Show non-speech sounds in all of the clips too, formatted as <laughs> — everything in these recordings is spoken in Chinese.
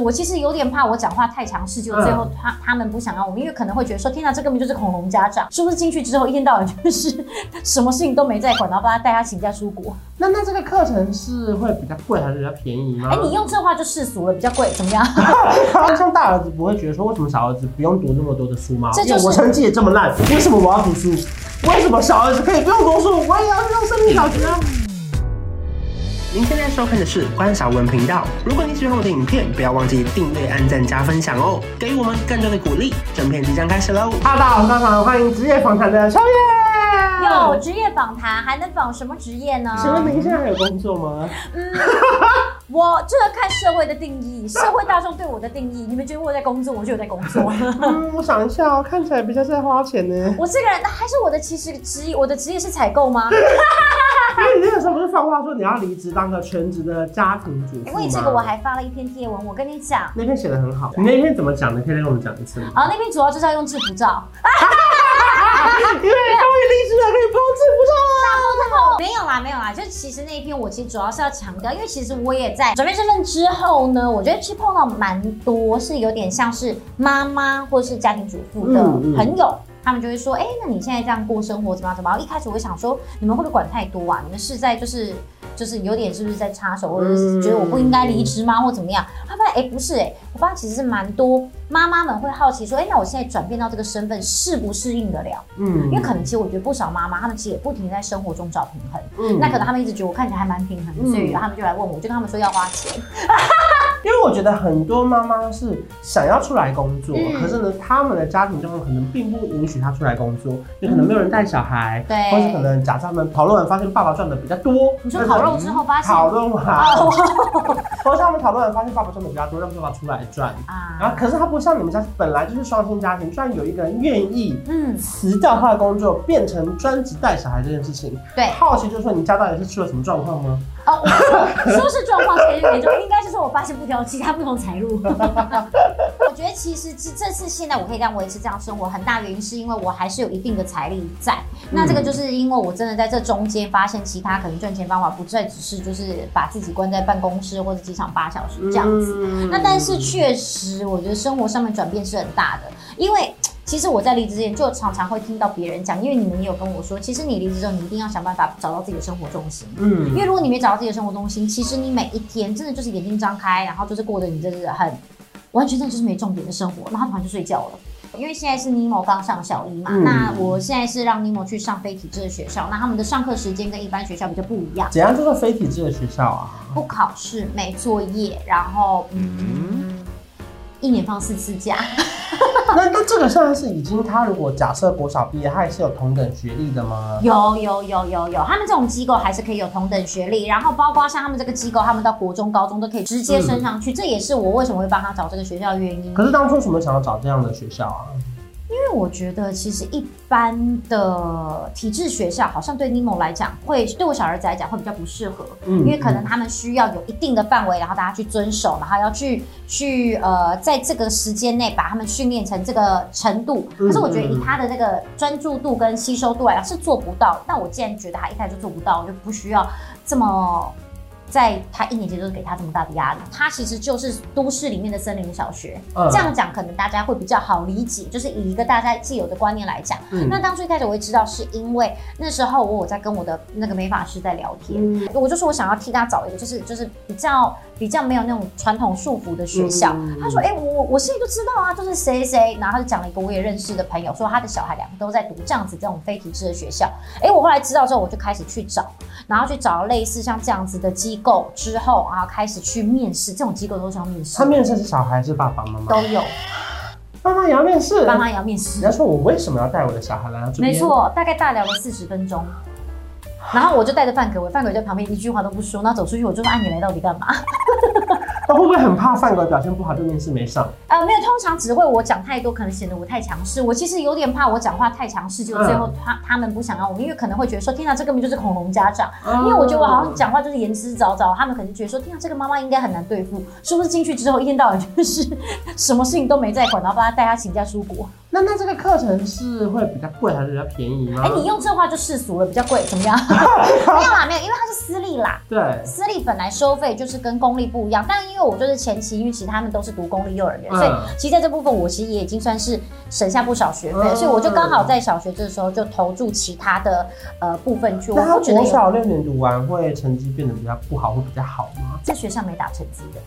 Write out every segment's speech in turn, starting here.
我其实有点怕我讲话太强势，就最后他、他们不想要我们，因为可能会觉得说，天哪，这根本就是恐龙家长，是不是进去之后一天到晚就是 <laughs> 什么事情都没在管，然后把他带他请假出国？那那这个课程是会比较贵还是比较便宜吗？哎、 <laughs> 你用这话就世俗了，比较贵，怎么 <laughs> 样？像大儿子不会觉得说，为什么小儿子不用读那么多的书吗？这就是因为我成绩也这么烂，为什么我要读书？为什么小儿子可以不用读书，我也要用生命小学啊？您现在收看的是关少文频道。如果你喜欢我的影片，不要忘记订阅、按赞、加分享哦，给予我们更多的鼓励。整片即将开始喽！哈喽，大家好，欢迎职业访谈的秋叶。有职业访谈，还能访什么职业呢？嗯请问您现在还有工作吗？我这个看社会的定义，社会大众对我的定义，你们觉得我在工作，我就有在工 <laughs> 作。嗯，我想一下哦，看起来比较在花钱呢。 <laughs> 我这个人还是我的其实职业，我的职业是采购 <laughs> 吗？因为你那个时候不是放话说你要离职当个全职的家庭主妇吗？因为这个哎我还发了一篇贴文，我跟你讲，那篇写的很好，你那篇怎么讲的？可以再跟我们讲一次吗？啊，那篇主要就是要用制服照。啊因为终于离职了，可以抛制不上没有啦，没有啦，就其实那一篇我其实主要是要强调，因为其实我也在转变身份之后呢，我觉得其实碰到蛮多是有点像是妈妈或是家庭主妇的嗯嗯朋友。他们就会说，哎、那你现在这样过生活怎么样？怎么样？一开始我会想说，你们会不会管太多啊？你们是在就是就是有点是不是在插手，或者是嗯觉得我不应该离职吗，或怎么样？他发现，哎、不是、哎，我发现其实是蛮多妈妈们会好奇说，哎、那我现在转变到这个身份适不适应得了？嗯因为可能其实我觉得不少妈妈，她们其实也不停地在生活中找平衡。嗯那可能他们一直觉得我看起来还蛮平衡的，所以嗯他们就来问我，我就跟他们说要花钱。因为我觉得很多妈妈是想要出来工作，嗯可是呢，他们的家庭状况可能并不允许她出来工作，有可能没有人带小孩，嗯对或是可能假设他们讨论完发现爸爸赚的比较多，你说烤肉之后发现哦讨论完，或是他们讨论完发现爸爸赚的比较多，让爸爸出来赚。然啊，后可是他不像你们家本来就是双薪家庭，居然有一个人愿意嗯，辞掉他的工作，变成专职带小孩这件事情。对好奇就是说你家到底是出了什么状况吗？哦，我说说是状况其实严重，应该是说我发现不挑，其他不同财路。 <laughs> 我觉得其实这这次现在我可以这样维持这样生活，很大原因是因为我还是有一定的财力在。嗯那这个就是因为我真的在这中间发现，其他可能赚钱方法不再只是就是把自己关在办公室或者机场八小时这样子。子那但是确实，我觉得生活上面转变是很大的，因为其实我在离职之前就常常会听到别人讲，因为你们也有跟我说，其实你离职之后，你一定要想办法找到自己的生活重心。因嗯为如果你没找到自己的生活中心，其实你每一天真的就是眼睛张开，然后就是过着你真的很完全真的就是没重点的生活，然后突然就睡觉了。因为现在是 Nemo 刚上小一嘛，嗯那我现在是让 Nemo 去上非体制的学校，那他们的上课时间跟一般学校比较不一样，怎样就是非体制的学校 <laughs> 啊？不考试，没作业，然后嗯，一年放四次假。 <laughs> 那那这个算是已经他如果假设国小毕业，他也是有同等学历的吗？有有有有有，他们这种机构还是可以有同等学历，然后包括像他们这个机构，他们到国中、高中都可以直接升上去，这也是我为什么会帮他找这个学校的原因。可是当初为什么想要找这样的学校啊？因为我觉得其实一般的体制学校，好像对 Nemo 来讲，会对我小儿子来讲会比较不适合，嗯因为可能他们需要有一定的范围，然后大家去遵守，然后要去去呃，在这个时间内把他们训练成这个程度。嗯可是我觉得以他的这个专注度跟吸收度来讲是做不到。但我既然觉得他一开始就做不到，我就不需要这么。在他一年级就给他这么大的压力，他其实就是都市里面的森林小学，嗯这样讲可能大家会比较好理解，就是以一个大家既有的观念来讲。嗯那当初一开始我会知道，是因为那时候我有在跟我的那个美发师在聊天，嗯我就说我想要替他找一个，就是就是比较比较没有那种传统束缚的学校。嗯他说，哎、我我我现在就知道啊，就是谁谁，然后他就讲了一个我也认识的朋友，说他的小孩两个都在读这样子这种非体制的学校。哎、我后来知道之后，我就开始去找，然后去找类似像这样子的机构之后，然后开始去面试，这种机构都是要面试他，面试是小孩是爸爸妈妈？都有妈妈也要面试。爸妈也要面试你。要说我为什么要带我的小孩来到这边？没，错，大概大聊了四十分钟。然后我就带着范可为，范可为在旁边一句话都不说，那走出去我就说：“啊，你来到底干嘛他会不会很怕范哥表现不好就面试没上？？”呃，没有，通常只会我讲太多，可能显得我太强势。我其实有点怕我讲话太强势，就最后他、他们不想要我，因为可能会觉得说：“天哪，这根本就是恐龙家长。” <laughs> 哦因为我觉得我好像讲话就是言之凿凿，他们可能觉得说：“天哪，这个妈妈应该很难 <laughs> 对付，是不是进去之后一天到晚就是什么事情都没在管，然后把他带他请假出国？”啊那那这个课程是会比较贵还是比较便宜吗？哎、你用这话就世俗了，比较贵，怎么样？没有啦，没有，因为它是私立啦。 <laughs> 对，私立本来收费就是跟公立不一样，但因为我就是前期，因为其实他们都是读公立幼儿园，嗯所以其实在这部分我其实也已经算是省下不少学费，嗯所以我就刚好在小学这时候就投注其他的呃部分去，我那他不觉得国有小六年读完会成绩变得比较不好或比较好吗？在学校没打成绩的。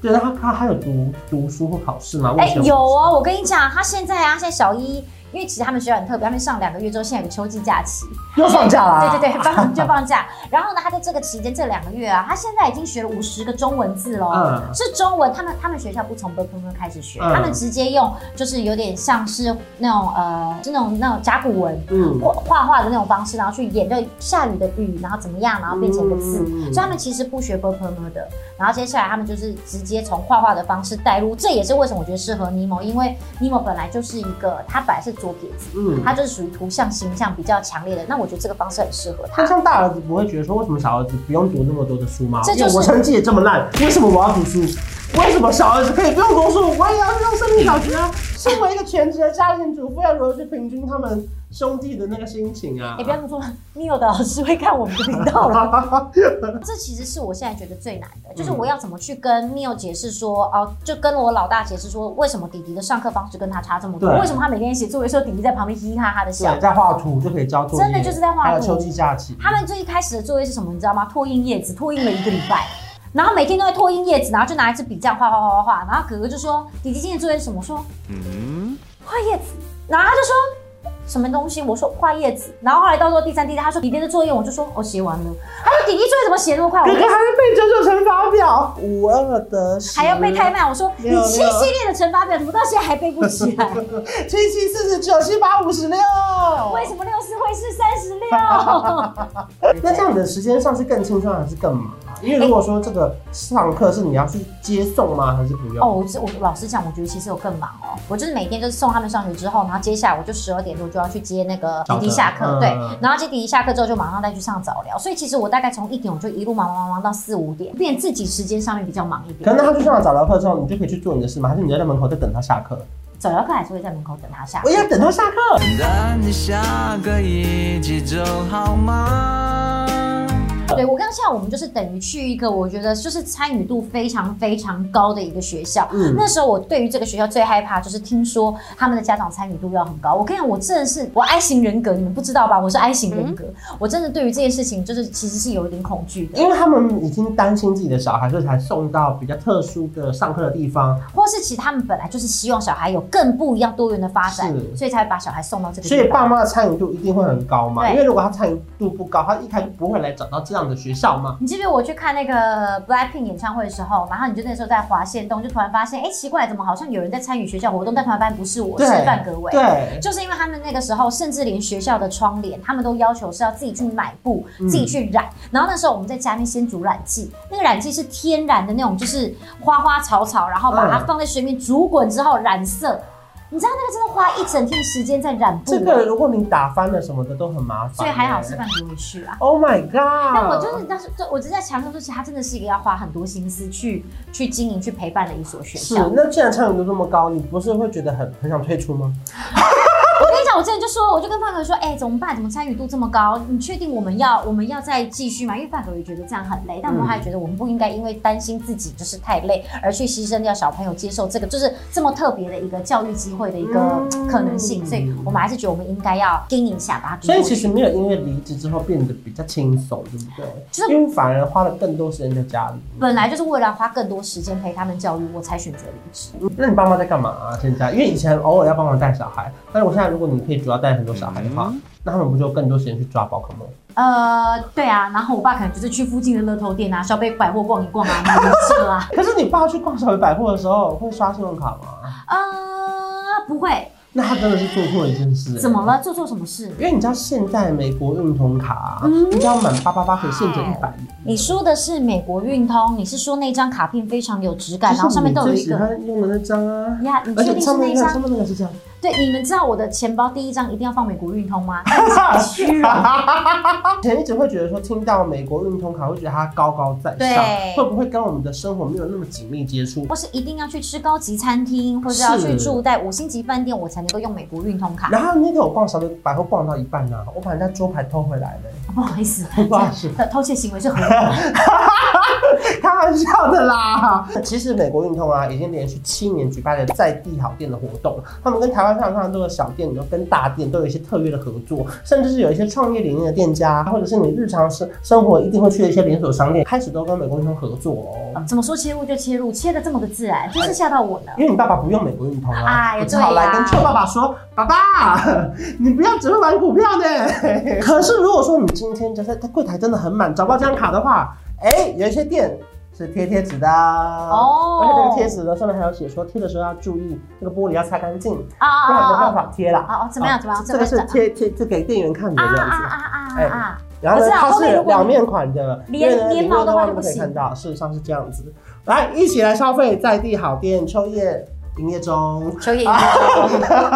对，那他他还有读读书或考试吗？哎、目前有哦，我跟你讲，他现在啊，现在小一。因为其实他们学校很特别，他们上两个月之后，现在有秋季假期，又放假啊啦、对对对，放就放假。然后呢，他在这个期间这两个月啊，他现在已经学了五十个中文字喽。哦嗯是中文，他们他们学校不从 b p m 开始学，嗯他们直接用就是有点像是那种呃，是那种那种甲骨文嗯，画画画的那种方式，然后去演对下雨的雨，然后怎么样，然后变成一个字。嗯所以他们其实不学 b p m 的，然后接下来他们就是直接从画画的方式带入，这也是为什么我觉得适合尼莫，因为尼莫本来就是一个他本来是左撇子。嗯，他就是属于图像形象比较强烈的，那我觉得这个方式很适合那 <laughs> 他。像大儿子不会觉得说，为什么小儿子不用读那么多的书吗？这就是我成绩也这么烂，为什么我要读书？为什么小儿子可以不用读书，我也要用生命小学啊？身为一个全职的家庭主妇，要如何去平均他们兄弟的那个心情啊？ <laughs> 你、不要这么说，你有的老师会看我们的频道了。这其实是我现在觉得最难的，嗯就是我要怎么去跟 Mio 解释说，哦，就跟我老大解释说，为什么弟弟的上课方式跟他差这么多对，为什么他每天写作业的时候，弟弟在旁边嘻嘻哈哈的笑对，。在画图就可以交作业，真的就是在画图还有秋季假期，他们最一开始的作业是什么，你知道吗？拓印叶子，拓印了一个礼拜。然后每天都在拓印叶子，然后就拿一支笔这样画画画画画。然后哥哥就说：“弟弟今天作业是什么？”我说：“嗯，画叶子，然后他就说什么东西，我说画叶子，然后后来到做第三、第四，他说弟弟的作业，我就说我、哦写完了，他说弟弟作业怎么写那么哦快，我哥哥还就会背九九乘法表，五二得十，还要背太慢，我说你没有七系列的乘法表怎么到现在还背不起 <laughs> 来？七七四十九七八五十六。为什么六四会是三十 <laughs> 六？那这样你的时间上是更轻松还是更忙啊？因为如果说这个上课是你要去接送吗？还是不用？哦，我这我老实讲，我觉得其实我更忙哦，我就是每天就是送他们上学之后，然后接下来我就十二点多就要去接那个早弟弟的下课，嗯对，然后接弟弟下课之后就马上再去上早疗，所以其实我大概从一点我就一路忙忙忙忙到四五点，变自己时间上面比较忙一点。可能他去上了早疗课之后，你就可以去做你的事吗？还是你要在门口再等他下课？早教课还是会在门口等他下我。要等他下课。等你下课一起走好吗？对我刚下午我们就是等于去一个我觉得就是参与度非常非常高的一个学校。嗯那时候我对于这个学校最害怕就是听说他们的家长参与度要很高。我跟你讲，我真的是我 I 型人格，你们不知道吧？我是 I 型人格，嗯我真的对于这件事情就是其实是有一点恐惧的。因为他们已经担心自己的小孩，所以才送到比较特殊的上课的地方，或是其实他们本来就是希望小孩有更不一样多元的发展，是所以才会把小孩送到这个所地以方。爸妈的参与度一定会很高嘛。对因为如果他参与度不高，他一开始不会来找到这样的学校嘛。你记不记得我去看那个 Blackpink 演唱会的时候，然后你就那时候在华县东，就突然发现，哎、奇怪，怎么好像有人在参与学校活动，但突然发现不是我，对是范格伟。对，就是因为他们那个时候，甚至连学校的窗帘，他们都要求是要自己去买布，嗯自己去染。然后那时候我们在家里先煮染剂，那个染剂是天然的那种，就是花花草草，然后把它嗯放在水里面煮滚之后染色。你知道那个真的花一整天时间在染布、欸这个如果你打翻了什么的都很麻烦，所以还好是。范格伟去啊。 Oh my god！那但我就是当时，就我就在强调说，其实他真的是一个要花很多心思去去经营、去陪伴的一所学是校。，那既然参与度这么高，你不是会觉得很很想退出吗？嗯我跟你讲，我之前就说，我就跟范可说，哎、怎么办？怎么参与度这么高？你确定我们要我们要再继续吗？因为范可也觉得这样很累，但我嗯们还觉得我们不应该因为担心自己就是太累而去牺牲掉小朋友接受这个就是这么特别的一个教育机会的一个嗯可能性，所以我们还是觉得我们应该要盯一下，把它盯所以过去其实没有因为离职之后变得比较轻松，对不对？就是因为反而花了更多时间在家里。本来就是为了花更多时间陪他们教育，我才选择离职。那你爸妈在干嘛啊？现在？因为以前偶尔要帮忙带小孩，但是我现在如果你可以主要带很多小孩的嗯话，那他们不就有更多时间去抓宝可梦？呃，对啊，然后我爸可能就是去附近的乐透店啊、小北百货逛一逛啊、买个车啊。可是你爸去逛小北百货的时候会刷信用卡吗？呃，不会，那他真的是做错一件事、怎么？了？做错什么事？因为你知道现在美国运通卡、啊，嗯你只要满八八八可以现折哎一百元。你说的是美国运通，你是说那张卡片非常有质感，就是然后上面都有你一最喜个欢用的那张啊。呀？你而确且定是上面那那个上张？ <laughs> 面那个是这样，对，你们知道我的钱包第一张一定要放美国运通吗？太虚啊荣。以前一直会觉得说，听到美国运通卡会觉得它高高在上对，会不会跟我们的生活没有那么紧密接触？或是一定要去吃高级餐厅，或是要去是住在五星级饭店，我才能够用美国运通卡。然后那天我逛小的百货逛到一半呢、啊我把人家桌牌偷回来了、不好意思，不好意思偷窃行为是合法的。开玩笑的啦。其实美国运通啊，已经连续七年举办了在地好店的活动，他们跟台湾非常非常多的小店，然后跟大店都有一些特约的合作，甚至是有一些创业理念的店家，或者是你日常生生活一定会去的一些连锁商店，开始都跟美国运通合作哦。怎么说切入就切入，切的这么的自然，真是吓到我了。因为你爸爸不用美国运通啊，哎我只好来对呀跟臭爸爸说：“爸爸，你不要只会玩股票呢。”可是如果说你今天就是在柜台真的很满，找不到这张卡的话，哎、有一些店是贴贴纸的哦而且这个贴纸呢，上面还有写说贴的时候要注意，这个玻璃要擦干净，不啊然没啊办啊！法贴啦。啊哦，怎么样？怎么样？这个是贴贴，就给店员看的啊啊这样啊子。啊哎啊啊！然后呢，我知道它后面是如果两面款的，连因为呢连里面毛的话都就不可以行看到，事实上是这样子。来，一起来消费在地好店，秋叶营业中。秋叶一样。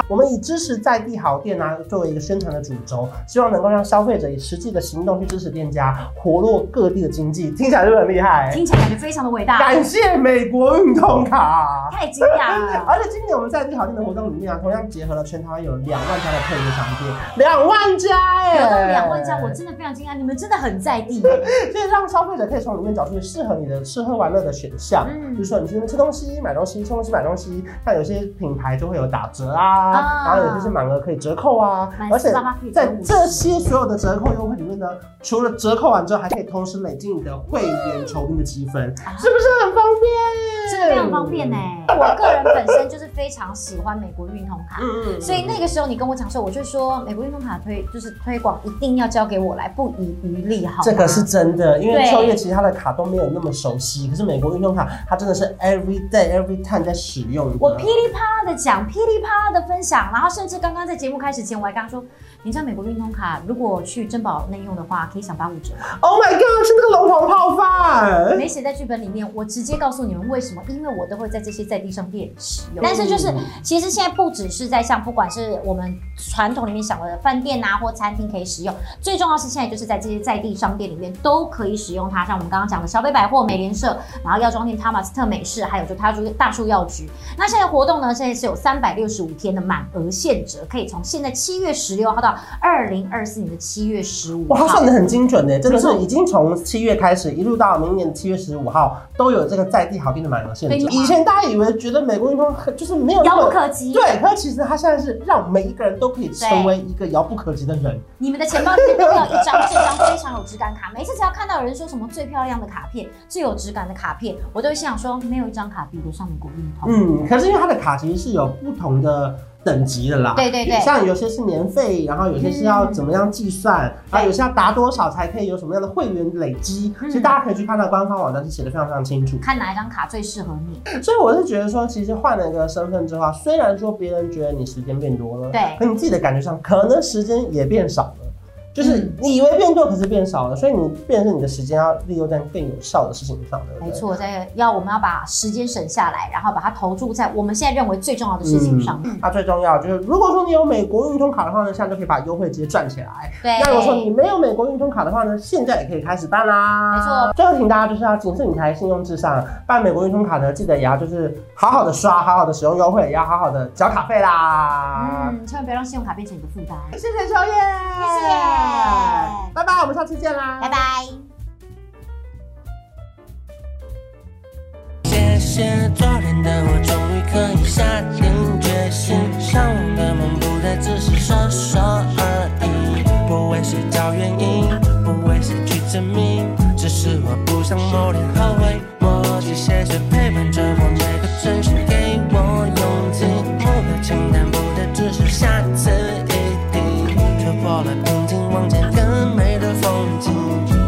我们以支持在地好店啊作为一个宣传的主轴，希望能够让消费者以实际的行动去支持店家，活络各地的经济。听起来是不是很厉害？听起来感觉非常的伟大，感谢美国运动卡。太惊讶了。哎而且今年我们在地好店的活动里面啊，同样结合了全台湾有两万家的配合商店，两万家哎、有到两万家，我真的非常惊讶，你们真的很在 <laughs> 地耶。所以让消费者可以从里面找出适合你的吃喝玩乐的选项。嗯比如说你去吃东西、买东西、吃东西、买东西，那有些品牌就会有打折啊，啊然后有些是满额可以折扣啊，满而且48可以折在50这些所有的折扣优惠里面呢，除了折扣完之后，还可以同时累积你的会员酬宾的积分，啊是不是很方便？真的非常方便呢、我个人本身就是非常喜欢美国运通卡，嗯嗯所以那个时候你跟我讲说，我就说美国运动卡推就是推广一定要交给我来，不遗余力，好吗这个是真的，因为对秋叶其实它的卡都没有那么熟悉，可是美国运动卡它真的是 every day every time 在使用的。我噼里啪啦的讲，噼里啪啦的分享，然后甚至刚刚在节目开始前，我还跟他说，你知道美国运动卡如果去珍宝内用的话，可以享八五折吗。 Oh my god！是那个龙皇泡饭。没写在剧本里面，我直接告诉你们为什么，因为我都会在这些在地商店使用。但是就是，嗯其实现在不只是在像不管是我们传统里面想的饭店啊或餐厅可以使用，最重要是现在就是在这些在地商店里面都可以使用它，像我们刚刚讲的小北百货、美联社，然后药妆店 Thomas 特美式，还有就他住大树药局。那现在活动呢，现在是有三百六十五天的满额现折，可以从现在七月十六号到二零二四年的七月十五哇，号它。算的很精准呢，真的没是错已经从七月开始，一路到明年七月十五号都有这个在地好店的满额限制。对以前大家以为觉得美国运通很就是没有那遥不么可及，对，可是其实它现在是让每一个人都可以成为一个遥不可及的人。你们的钱包里面都有一张这张非常有质感卡。每次只要看到有人说什么最漂亮的卡片、最有质感的卡片，我都会心想说，没有一张卡比得上美国运通。嗯，可是因为它的卡其实是有不同的等级的啦。对对对像有些是年费，然后有些是要怎么样计嗯算，然后有些要达多少才可以有什么样的会员累积。嗯其实大家可以去看到官方网站是写的非常非常清楚。看哪一张卡最适合你？所以我是觉得说，其实换了一个身份之后啊，虽然说别人觉得你时间变多了，对可你自己的感觉上，可能时间也变少了。就是嗯你以为变多，可是变少了，所以你变成是你的时间要利用在更有效的事情上，对不对？没错，在要我们要把时间省下来，然后把它投注在我们现在认为最重要的事情上。那最重要就是，如果说你有美国运通卡的话呢，现在就可以把优惠直接赚起来。对，那如果说你没有美国运通卡的话呢，现在也可以开始办啦。没错。最后提醒大家就是要谨慎理财，信用至上。办美国运通卡呢，记得也要就是好好的刷，好好的使用优惠，也要好好的缴卡费啦。嗯，千万不要让信用卡变成你的负担。谢谢秋叶，谢谢谢拜拜，我们下次见啦，拜拜。谢谢做人的我，终于可以下定决心，向往的梦不再只是说说而已。不为谁找原因，不为谁去证明，只是我不想某天后悔莫及。谢谢陪伴着我每个晨曦，给我勇气。目标清单不再只是下次一定，突破了瓶颈，望见更美的风景。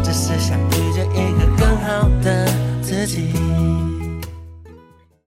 只是想遇见一个更好的自己。